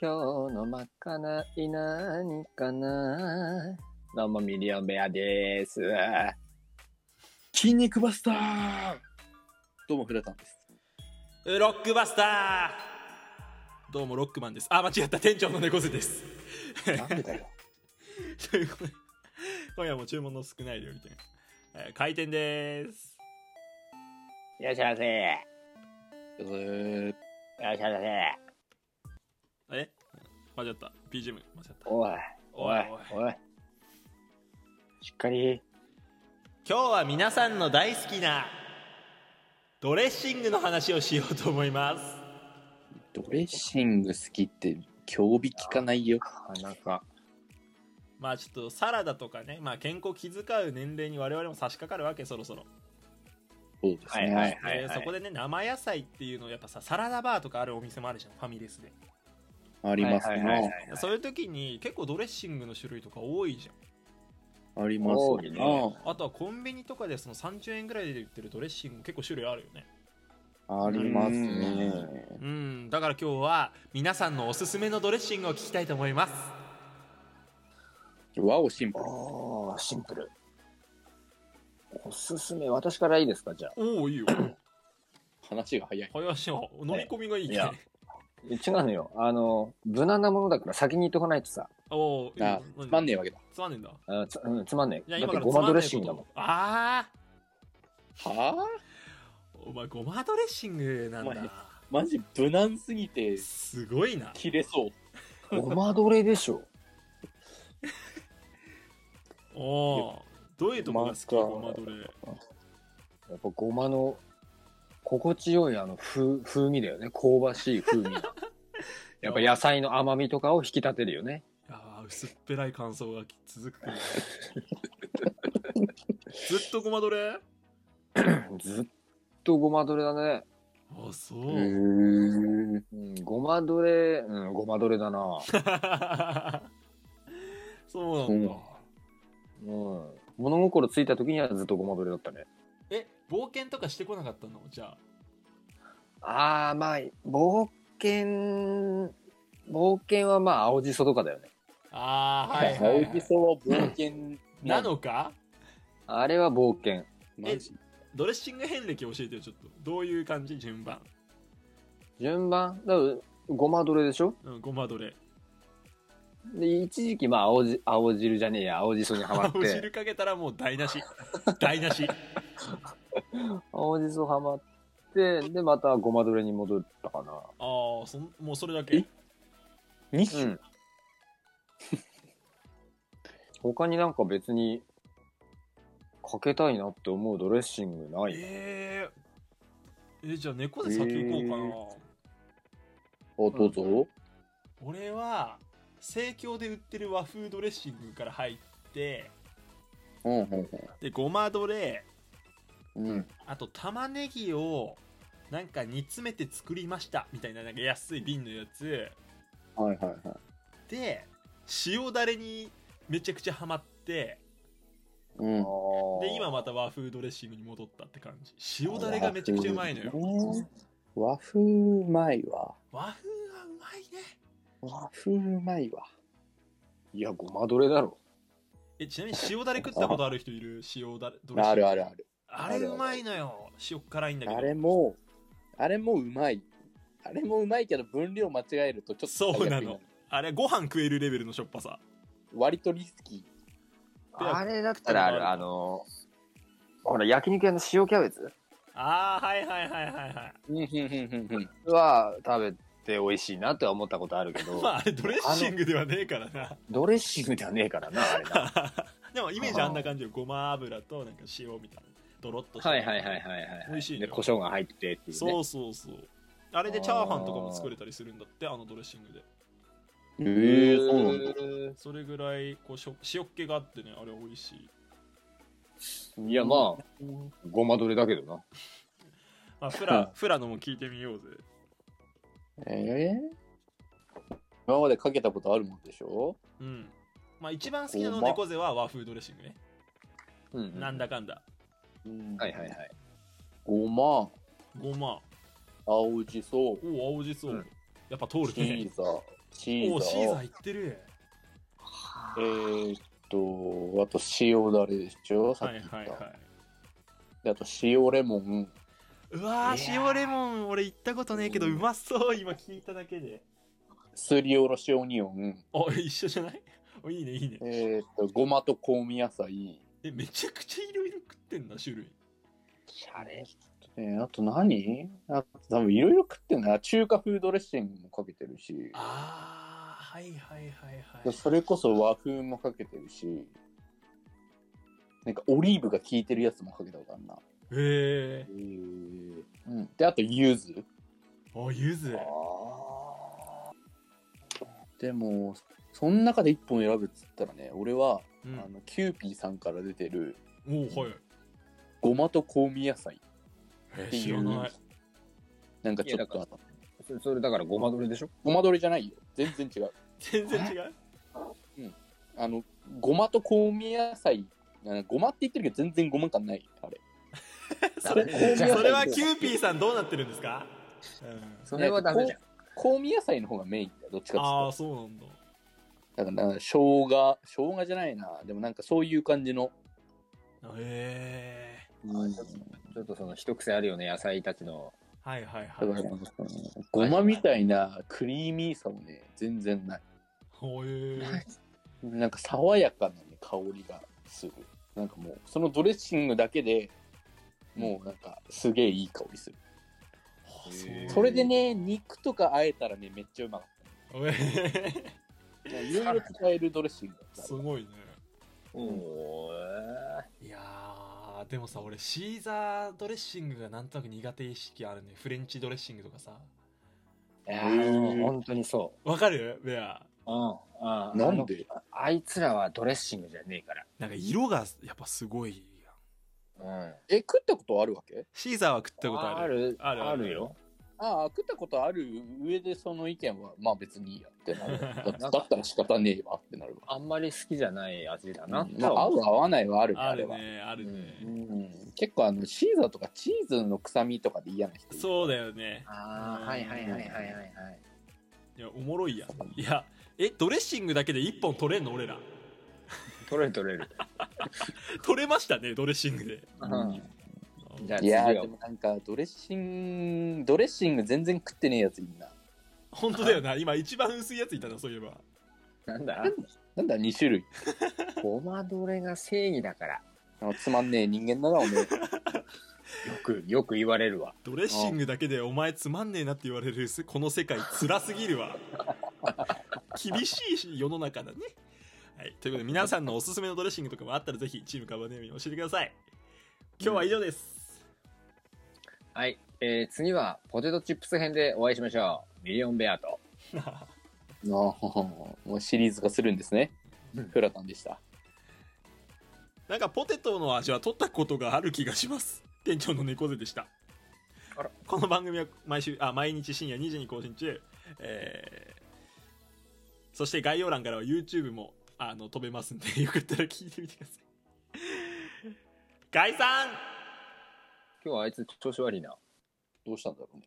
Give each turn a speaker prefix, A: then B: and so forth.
A: 今日のまかない何かなどうもミリオンベアです。
B: 筋肉バスターどうも、フラタンです。
C: ロックバスターどうもロックマンです。あ、間違った。店長の猫背です。
B: なんでだよ。
C: ということで今夜も注文の少ない料理店、えー、開店です。
A: いらっしゃいませ。い
B: えー、
A: らっしゃいませ。
C: え間違った。BGM 間違った。
A: おい、おい、おい。しっかり。
C: 今日は皆さんの大好きなドレッシングの話をしようと思います。
B: ドレッシング好きって、興味聞かないよ。
A: なかなか。
C: まあちょっとサラダとかね、まあ健康気遣う年齢に我々も差し掛かるわけ、そろそろ。
B: そうですね。
A: はいはい
C: でそこでね、生野菜っていうのをやっぱさ、サラダバーとかあるお店もあるじゃん、ファミレスで。
B: あります
A: はいはいはいは
B: ね。
A: い
C: そういう時に結構ドレッシングの種類とか多いじゃん。
B: あります
A: 多いね
C: あとはコンビニとかでその30円ぐらいで売ってるドレッシング結構種類あるよね
B: ありますね。
C: うんだから今日は皆さんのおすすめのドレッシングを聞きたいと思います
B: 和をシンプル。
A: おー、シンプル。おすすめ、私からいいですかじゃあ。
C: おおいいよ
B: 話が早い。
C: 林は飲み込みがいい
A: いや
C: ね
A: 違うのよ。あの、無難なものだから先に言っとかないとさ。
C: おお
B: あ、つまんねえわけだ。
C: つまんねえんだ
A: あつ,、うん、つまんね
C: じゃ
A: え。
C: あ
A: だって
C: 今から
A: ご
C: つま
A: ま
C: ん
A: ドレ
C: ね
A: ッシ
C: え
A: ング
C: こ
A: だ
C: と
A: もん。
C: ああ
B: は
C: お前ごまドレッシングなん
B: お前
C: だ
B: ぁマジ無難すぎて、
C: すごいな
B: 切れそう。
A: ごまどれでしょ
C: おおどういうとこが好き
B: ごまか
C: ごまドレ
A: やっぱごまの心地よいあの風風味だよね。香ばしい風味が。やっぱ野菜の甘みとかを引き立てるよね。
C: ああ薄っぺらい感想が 続くけどずっとごまドレ
A: ずっとごまどれだね。
C: あそうう、
B: ーん。
A: うん、ごまどれ、うん、ごまどれだな。
C: そうなんだ、
B: うん
A: うん。物心ついた時にはずっとごまどれだったね。
C: え冒険とかしてこなかったのじゃあ
A: ああ、まあ、冒険、冒険はまあ、青じそとかだよね。
C: あーはい
B: 青
C: はい、は
B: 木
C: い
B: さ、んは冒険
C: なのか
A: あれは冒険。
B: マジ
C: ドレッシング遍歴教えてよちょっとどういう感じ順番、
A: 順番だからごまどれでしょ
C: うん、ごまどれ
A: で、一時期まあ、青じ、青汁じゃねえや、青じそにハマっ
C: 青
A: て。
C: 汁かけたらもう 台無し台無し
A: 青じそハマって、で、またごまどれに戻ったかな。
C: ああそんもうそれだけ
B: え2種
A: ん。 他になんか別に、かけたいなって思うドレッシングない。
C: えー、えじゃあ猫で先行こうかな、
B: えお、どうぞ。
C: 俺は生協で売ってる和風ドレッシングから入って
B: うん、うん、
C: でごまどれ
B: うん。うん。
C: あと玉ねぎをなんか煮詰めて作りましたみたいななんか安い瓶のやつ
B: はいはいはい。
C: で塩だれにめちゃくちゃハマって
B: うん。
C: で今また和風ドレッシングに戻ったって感じ塩だれがめちゃくちゃうまいのよ
B: よ。和風うまいわ。
C: 和風はうまいね
B: 和風うまいわ。
A: いや、ごまどれだろ。
C: えちなみに塩だれ食ったことある人いる塩だれドレッシング
B: あるあるある。
C: あれうまいのよ塩辛いんだけど
B: あれも、あれもうまい。あれもうまいけど分量間違えるとちょっと
C: そう
B: 最
C: な
B: 悪に
C: の。あれご飯食えるレベルのしょっぱさ
B: 割とリスキ
A: あれだったらある、あの、ほら、焼肉屋の塩キャベツ
C: ああはいはいはいはいは
B: ー。
A: は食べて美味しいなって思ったことあるけ
C: い
A: ど
C: ま、ああれドレッシングではねえからな
A: ドレッシングではねえからな、あれな。
C: でもイメージあんな感じよごま油となんか塩みたいなドロッとした
A: はいはいはいはいはい。
C: 美味しいね
A: で、胡椒が入っててっていうね
C: そ。うそうそうあれでチャーハンとかも作れたりするんだってあのドレッシングで
B: え
A: え
B: ー、そうなんだ。
C: それぐらいこうしょ塩っ気があってねあれ美味しい、
A: いや、まあ、ごまどれだけどな。
C: まあ、フラフラのも聞いてみようぜ
B: えー今までかけたことあるもんでしょ
C: うんまあ一番好きな
B: う
C: の
B: まっ
C: 猫背は和風ドレッシングね
A: うん
C: なんだかんだ
B: うん
A: はいはいはい。
B: ごま、
C: ごま
B: 青じそ、
C: おお青じそ、
A: うん
C: やっぱ通る
B: シー
C: ね
B: ザー、シ
C: お
B: ー
C: ーシー
B: ザ
C: ザー
B: ー。
C: いってる
B: えーっと、あと塩だれでしょ、さっ
C: は
B: き言
C: い
B: った。
C: はいはい
B: であと塩レモン。
C: うわ
A: い
C: ー
A: やー
C: 塩レモン俺行ったことねえけど
B: う
C: うんまそう今聞いただけです
B: りおろしオニオン、
C: あ一緒じゃない おいいねいいね
B: えーっと、ごまと香味野菜、
C: えめちゃくちゃいろいろ食ってんな種類
A: シャレ。
B: えーあと何あと多分いろいろ食ってんな。中華風ドレッシングもかけてるし、
C: あーはいはいはいはい
B: それこそ和風もかけてるし、なんかオリーブが効いてるやつもかけたことあるな。
C: へえ
B: うん。で、あと柚子。
C: あゆず
B: でも、その中で1本選ぶっつったらね、俺は、
C: うん
B: あのキューピーさんから出てる
C: おおはい
B: ごまと香味野菜
C: え
B: って
C: 知
B: い
C: ら
B: う、
C: ない
B: なんかちょっ
A: いやだか
B: と
A: ら
B: あの
A: それそれだからごまどれでしょ
B: ごまどれじゃないよ。全然違う。
C: 全然違う
B: あの、ごまと香味野菜、あのごまって言ってるけど全然ごま感ない、あれ。
C: それ
B: 香味野菜
C: それはキューピーさんどうなってるんですか、うん、
A: それはダメじゃん。
B: 香味野菜の方がメインだよ、どっちか
C: ああ
B: っ
C: そうなんだ
B: ていうと。だから、生姜、生姜じゃないな。でもなんかそういう感じの。
C: へえ
B: うんだ
A: ちょ
B: か
A: っとちょっとその一癖あるよね、野菜たちの。
C: はいはいは
B: ら
C: い
B: なんかその、ごまみたいなクリーミーさもね、全然ない。
C: ほえ
B: なんか爽やかな、ね、香りがする。なんかもう、そのドレッシングだけでもうなんかすげえいい香りする。
A: うん
B: それでね、肉とかあえたらね、めっちゃうまかった。いろいろ使えるドレッシングだった
C: すごいね
A: お
C: いやーでもさ俺シーザードレッシングがなんとなく苦手意識あるねフレンチドレッシングとかさ
A: ーいや
B: うん
A: ー、本当にそ
C: わかるベア
A: う。うん。あー
B: なんで
A: あのあいつらはドレッシングじゃねえから。
C: なんか色がやっぱすごいやん
A: うん。
B: え、食ったことあるわけ
C: シーザーは食ったことある
A: る
C: ある
A: あるよ。
B: ああ、食ったことある上でその意見は、まあ別にいいやってなる。だ
A: んか
B: だったら仕方ねえわってなるわ。
A: あんまり好きじゃない味だな
B: まあ、合う合わないはあるね
C: あ
B: あれ
C: る
B: は。
C: ねあるね、
B: うん、結構あのシーザーとかチーズの臭みとかで嫌な人いる
C: そうだよね
A: ああ、はいはいはいはいはいはい。
C: いやおもろいやんいやえドレッシングだけで1本取れんの俺ら
A: 取れる取れる。
C: 取れましたねドレッシングで
A: うんじゃあ
B: い
A: 次
B: やー
A: は
B: でもなんかドレッシングドレッシング全然食ってねえやついんな
C: 本当だよな今一番薄いやついたなそういえば
A: なんだ
B: なんだ2種類
A: ごまどれが正義だから。
B: あのつまんねえ人間だなおめえ
A: よく、よく言われるわ。
C: ドレッシングだけでお前つまんねえなって言われるこの世界辛すぎるわ厳しい世の中だねはいということで皆さんのおすすめのドレッシングとかもあったらぜひチームカバネームに教えてください今日は以上です、
A: はい。えー、次はポテトチップス編でお会いしましょう。ミリオンベアと。
B: あーもうシリーズ化するんですね
A: うん
B: フラタンでした
C: なんかポテトの味は取ったことがある気がします店長の猫背でした
A: あら
C: この番組は毎週あ毎日深夜2時に更新中、えー、そして概要欄からは YouTube もあの飛べますんでよかったら聞いてみてください解散
A: 今日はあいつ調子悪いな。
B: どうしたんだろうね